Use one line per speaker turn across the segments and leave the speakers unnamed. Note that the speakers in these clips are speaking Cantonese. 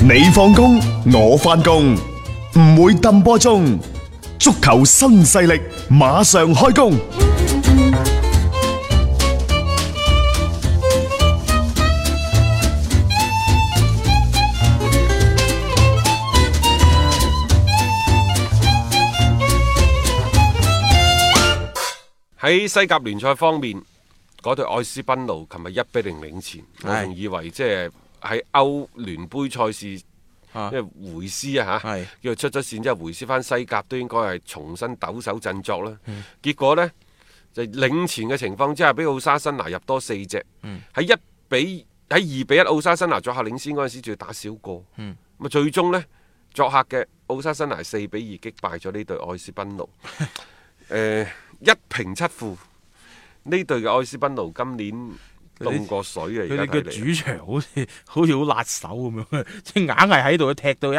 你放工，我翻工，唔會抌波鐘。足球新勢力馬上開工。
喺西甲聯賽方面，嗰隊愛斯賓奴琴日一比零領前，我仲以為即係喺歐聯杯賽事。
啊
即係回師啊嚇
係，
叫佢出咗線之後回師翻西甲都應該係重新抖手振作啦。
嗯
結果呢，就領前嘅情況之下，俾奧沙辛拿入多四隻，
嗯
喺一比喺二比一奧沙辛拿作客領先嗰陣時，仲要打少個，咁啊、
嗯
最終呢，作客嘅奧沙辛拿四比二擊敗咗呢隊愛斯賓 奴，誒、一平七負。呢隊嘅愛斯賓奴今年
佢啲
凍過水啊！
佢
而家
哋嘅
睇嚟
主場好似 好似好辣手咁樣， 即係硬係喺度踢到一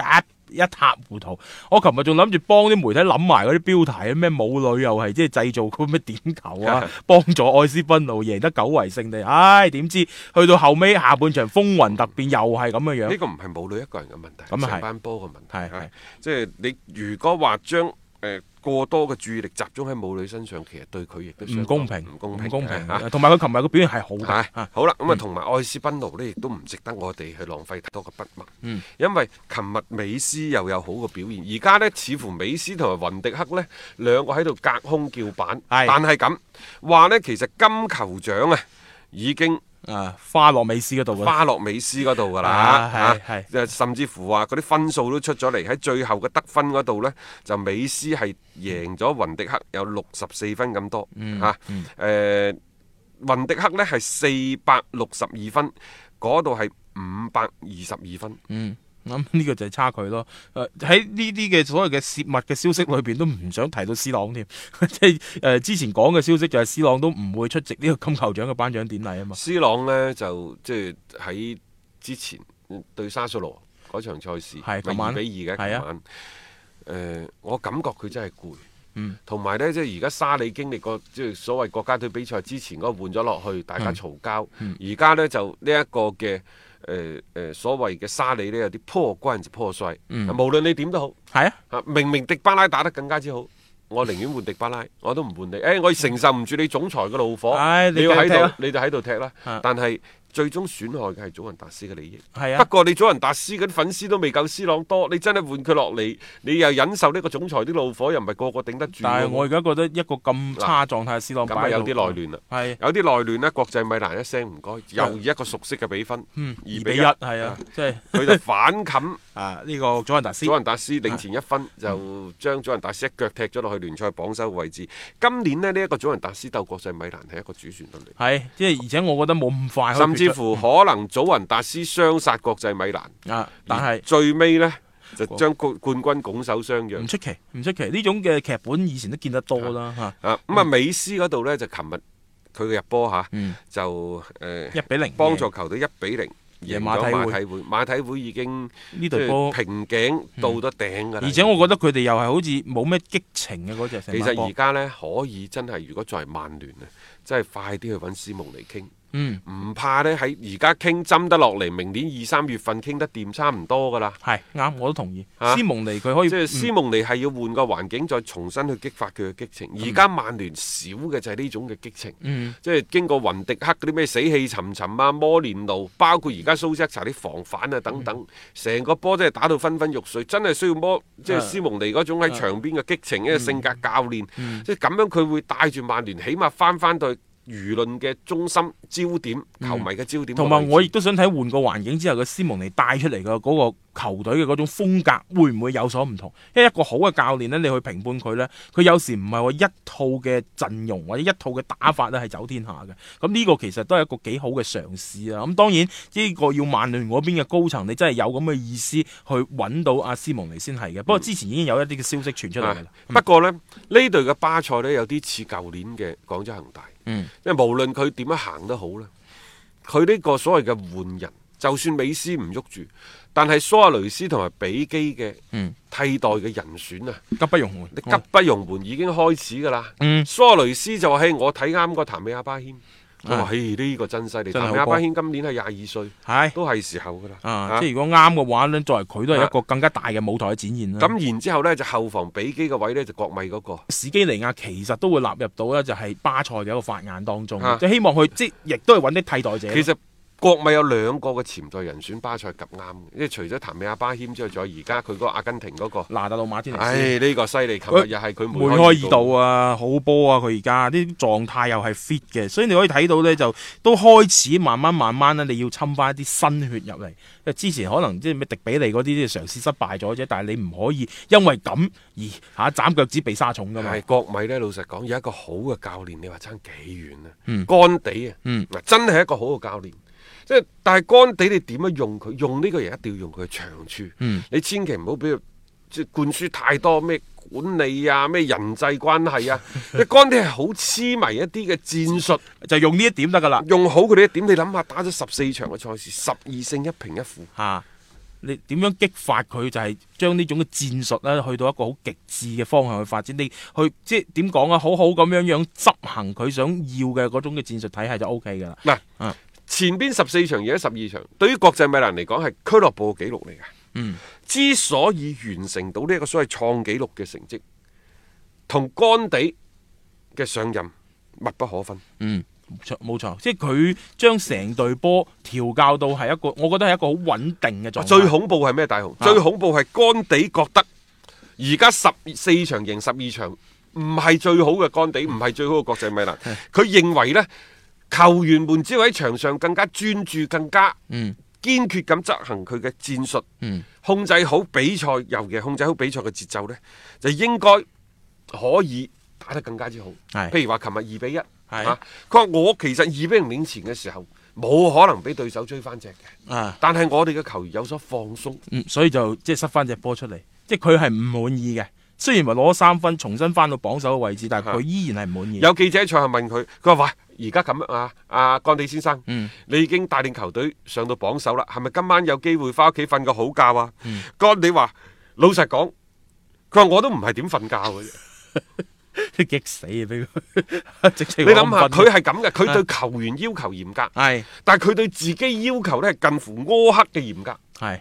一塌糊塗。我琴日仲諗住幫啲媒體諗埋嗰啲標題，咩母女又係即係製造嗰咩點球 啊，幫助愛斯賓奴贏得久違勝利。唉，點知去到後尾下半場風雲突變，又係咁嘅
呢
樣。
個唔係母女一個人嘅問題，
咁啊係
成班波嘅問題。
係
啊
係
即係你如果話將誒過多嘅注意力集中喺母女身上，其實對佢亦都相當
唔公平，
唔公平，
平
啊。
同埋佢琴日嘅表現係好
啊
嘅，啊
好啦，咁啊，同埋愛斯賓奴呢，亦都唔值得我哋去浪費太多嘅筆墨。
嗯
因為琴日美斯又有好嘅表現，而家呢，似乎美斯同埋雲迪克呢兩個喺度隔空叫板，
係
但係咁話呢，其實金球獎啊已經。
啊，花落美斯嗰度啊，
花落美斯嗰度㗎啦
啊，
嚇
係係
誒甚至乎話嗰啲分數都出咗嚟，喺最後嘅得分嗰度呢，就美斯係贏咗雲迪克有六十四分咁多
嗯
嚇，誒雲迪克呢係四百六十二分，嗰度係五百二十二分。
嗯，咁 呢個就係差距咯。誒喺呢啲嘅所謂嘅泄密嘅消息裏邊，都唔想提到斯朗添。 即係誒之前講嘅消息就係斯朗都唔會出席呢個金球獎嘅頒獎典禮啊嘛。
斯朗呢，就即係喺之前嗯對沙索羅嗰場賽事，
係琴
咪二
晚
比二嘅
係啊
琴晚。誒、我感覺佢真係攰。
嗯
同埋呢，即係而家沙里經歷過即係所謂國家隊比賽之前嗰個換咗落去，大家
嗯
嘈交。
嗯
而家、呢，就呢一個嘅誒誒所謂嘅沙里呢，有啲破關就破碎。
嗯
無論你點都好，
係啊，
啊明明迪巴拉打得更加之好，我寧願換迪巴 拉，我都唔換你。誒、我承受唔住你總裁嘅怒火，
唉你
你要喺
繼續踢
度
啊，
你就喺度踢啦
啊。
但係最終損害嘅係祖雲達斯嘅利益。
係
不
啊，
過你祖雲達斯嗰啲粉絲都未夠斯朗多，你真係換佢落嚟，你又忍受呢個總裁啲怒火，又唔係個個頂得住喎。
但係我而家覺得一個咁差狀態嘅斯朗
咁
擺
啊
喺
有
度
啲內亂啦，
係
有啲內亂呢，國際米蘭一聲唔該，又以一個熟悉嘅比分
嗯
二
二
比
比
一
一係啊，即係
佢就反冚
啊呢個佐仁達斯
祖雲達斯領前一
嗯
分，就將祖雲達斯一腳踢咗落去聯賽榜首嘅位置。今年呢，呢一個祖雲達斯鬥國際米蘭係一個主旋律嚟。
係即係而且我覺得冇咁快可以
甚至
決
乎
出
可能祖雲達斯雙殺國際米蘭，
啊，但
而
係。
最尾呢，就將冠冠軍拱手相讓
唔。出奇，唔出奇，呢種嘅劇本以前都見得多啦嚇，
啊，咁啊，美斯嗰度呢，就琴日佢嘅入波嚇，
嗯
就誒
一比零
幫助球隊一比零贏咗
贏馬體
馬
會
體會，馬體會已經
呢
即
隊波嗯
係，瓶頸到咗頂㗎啦。
而且我覺得佢哋又係好似冇咩激情嘅嗰只，
其實而家呢，可以真係，如果作為曼聯啊，真係快啲去揾斯蒙嚟傾，
嗯
唔怕呢，喺而家傾針得落嚟，明年二三月份傾得掂差唔多㗎啦。
係啱，我都同意。
啊
斯蒙尼佢可以嗯
即係斯蒙尼係要換個環境，再重新去激發佢嘅激情。而家曼聯少嘅就係呢種嘅激情。
嗯
即係經過雲迪克嗰啲咩死氣沉沉啊、摩連奴，包括而家蘇斯查啲防反啊等
嗯
等，成、個波真係打到昏昏欲睡，真係需要摩即係
啊
斯蒙尼嗰種喺場邊嘅激情，因為性格教練，
嗯
即係咁樣佢會帶住曼聯，起碼翻翻到輿論嘅中心焦點、球迷嘅焦點個位置。
嗯同埋我亦都想睇換個環境之後嘅斯蒙尼帶出嚟嘅嗰個球隊嘅嗰種風格會唔會有所唔同？因為一個好嘅教練呢，你去評判佢呢，佢有時唔係話一套嘅陣容或者一套嘅打法呢係走天下嘅。咁呢個其實都係一個幾好嘅嘗試啊！咁當然呢個要曼聯嗰邊嘅高層，你真係有咁嘅意思去揾到阿斯蒙尼先係嘅。不過之前已經有一啲嘅消息傳出嚟㗎啦。
啊不過呢，呢隊嘅巴塞呢，有啲似舊年嘅廣州恒大，
嗯
因為無論佢點樣行都好啦，佢呢個所謂嘅換人，就算美斯唔喐住，但係蘇亞雷斯同埋比基嘅
嗯，
替代嘅人選啊，
急不容緩。
你急不容緩已經開始㗎啦。
嗯
蘇亞雷斯就話：，嘿，我睇啱個譚美亞巴軒。我話：，
係
嘿，呢個真犀利！
真係
譚
好
美亞巴
波
軒今年係廿二歲，
係。
都係時候㗎啦。
啊，即係如果啱嘅話咧，作為佢都係一個更加大嘅舞台嘅展現啦。
咁然之後呢，就後防比基嘅位呢，就國米嗰、個。
史基尼亞其實都會納入到咧，就係巴塞嘅一個法眼當中
啊，
即係希望佢即係亦都係揾啲替代者。
其實國米有兩個嘅潛在人選，巴塞及啱嘅，因為除咗譚美亞巴謙之外，仲有而家佢嗰個阿根廷嗰、個。
拿達到馬天尼斯。
唉，呢、個犀利！琴日又係佢
嗯梅
梅
開
開
二
二
度
度啊！
啊，好波啊！佢而家啲狀態又係 fit 嘅，所以你可以睇到呢，就都開始慢慢慢慢咧，你要侵翻一啲新血入嚟。因為之前可能即係咩迪比利嗰啲即係嘗試失敗咗啫，但係你唔可以因為咁而嚇斬腳趾避沙蟲噶嘛。
係國米呢，老實講有一個好嘅教練，你話爭幾遠啊？
嗯
干地啊，
嗯
嗱真係一個好嘅教練。即係但係干地你點樣用佢？用呢個人一定要用佢嘅長處。
嗯
你千祈唔好俾佢即係灌輸太多咩管理啊、咩人際關係啊。 你干地係好痴迷一啲嘅戰術。啊
就用呢一點得噶啦。
用好佢哋一點，你諗下打咗十四場嘅賽事，十二勝一平一負，
嚇、你點樣激發佢就係將呢種嘅戰術咧，去到一個好極致嘅方向去發展。你去即係點講啊？好好咁樣樣執行佢想要嘅嗰種嘅戰術體系就 O K 噶啦。
嗱、
嗯
前邊十四場而家十二場，對於國際米蘭嚟講係俱樂部嘅紀錄嚟嘅。
嗯，
之所以完成到呢一個所謂創紀錄嘅成績，同干地嘅上任密不可分。
嗯，冇錯冇錯，即係佢將成隊波調教到係一個，我覺得係一個好穩定嘅狀態。
啊最恐怖係咩？大雄，
啊
最恐怖係干地覺得而家十四場贏十二場唔係最好嘅干地，
嗯
唔係最好嘅國際米 蘭。佢認為呢，球員們只要喺場上更加專注、更加
嗯
堅決咁執行佢嘅戰術，
嗯
控制好比賽，尤其控制好比賽嘅節奏呢，就應該可以打得更加之好。
係
譬如話，琴日二比一，
係
啊佢話我其實二比零領前嘅時候冇可能俾對手追翻隻嘅。
啊，
但係我哋嘅球員有所放鬆，
嗯，所以就即係塞翻只波出嚟，即係佢係唔滿意嘅。雖然話攞咗三分，重新翻到榜首嘅位置，但係佢依然係唔滿意。
有記者喺賽後問佢，佢話：喂，而家咁啊，阿干地先生，
嗯
你已經帶領球隊上到榜首啦，係咪今晚有機會翻屋企瞓個好覺啊？
嗯
干地話：老實講，佢話我都唔係點瞓覺嘅 啫。
激死啊！俾佢， 直情
你諗下，佢
係
係咁嘅，
啊
佢對球員要求嚴格，
係
但係佢對自己要求呢係近乎苛刻嘅嚴格，
係，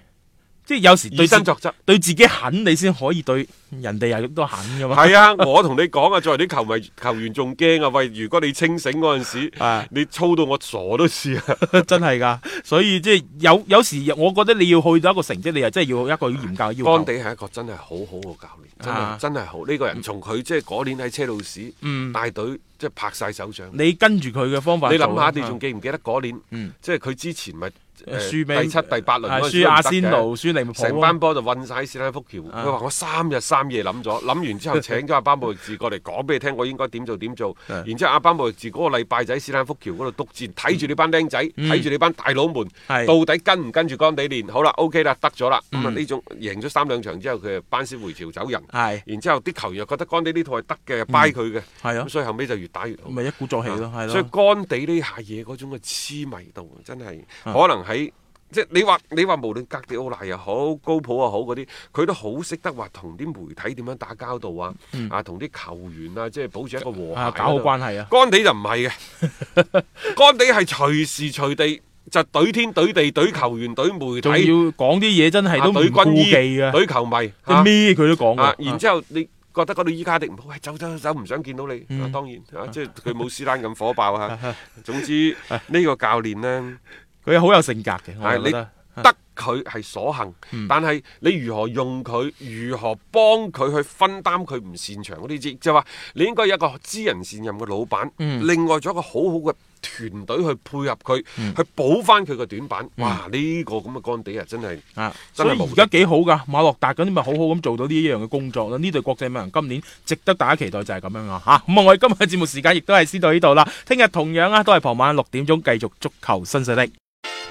即係有時
以
對
身
身
作 則。
對自己狠，你先可以對人哋又都狠 噶嘛。
係啊，我同你講啊，作為啲球迷球員仲驚啊！喂，如果你清醒嗰陣時
啊，
你操到我傻都似啊！
真係㗎，所以即係有有時，我覺得你要去到一個成績，你又真係要有一個嚴格嘅要
干
求。
地係一個真係好好嘅教練，真係
啊
真係好呢個人。從佢即係嗰年喺車路士
嗯
帶隊，即係拍晒手掌。你
你跟住佢嘅方法做啦，
諗下，你
啊
仲記唔記得嗰年
嗯？
即係佢之前咪呃
輸俾
第七、第八輪
啊
嗰陣時
輸阿
都唔得
仙
嘅
奴，輸利物浦啊，
成班波就韞晒喺斯坦福橋。
啊
佢話我三日三夜諗咗，諗完之後請咗阿巴姆域治過嚟講俾你聽，我應該點做點 做。
啊
然之後阿巴姆域治嗰個禮拜仔斯坦福橋嗰度督戰，睇住呢班僆仔，
嗯
睇住呢班大佬們，
係
到底跟唔跟住干地練？好啦，OK 啦，得咗啦。咁啊
嗯
呢種贏咗三兩場之後，佢就班師回朝走人。
係
然之後啲球員又覺得干地呢套係得嘅，又掰佢嘅，
係啊
咁所以後尾就越打越好。啊
咪一鼓作氣咯，係
所以
咯，
干地呢下嘢嗰種嘅痴迷度，真係
啊
可能喺即係你話你話無論格迪奧拿又好，高普又好嗰啲，佢都好識得話同啲媒體點樣打交道啊，
嗯
啊同啲球員啊，即係保持一個和諧
啊
喺度。
搞好關係啊，
干地就唔係嘅， 干地係隨時隨地就懟天懟地懟球員懟媒
仲要
體，
講啲嘢真係都唔
啊懟軍
顧
醫
忌啊，
懟球迷，
即
啊
係咩佢都講
啊
㗎，
然之後你覺得嗰度伊卡迪唔好，喂走走走，唔想見到你。
嗯
啊，當然啊，即係佢冇斯丹咁火爆 啊。總之呢個教練呢，
佢好有性格嘅，我
係
覺
你
得
得佢係所幸，
嗯
但係你如何用佢，如何幫佢去分擔佢唔擅長嗰啲，即就話你應該有一個知人善任嘅老闆，
嗯
另外仲有一個好好嘅團隊去配合佢，
嗯
去補翻佢個短板。哇！呢、個咁嘅乾地啊，真係〜
啊，
真
所
係
以
無敵
而家幾好噶，馬洛達嗰啲咪好好咁做到呢一樣嘅工作啦。呢隊國際米蘭今年值得大家期待就係咁樣啊吓。咁啊，我哋今日嘅節目時間亦都係先到呢度啦。聽日同樣啊，都係傍晚六點鐘繼續足球新勢力。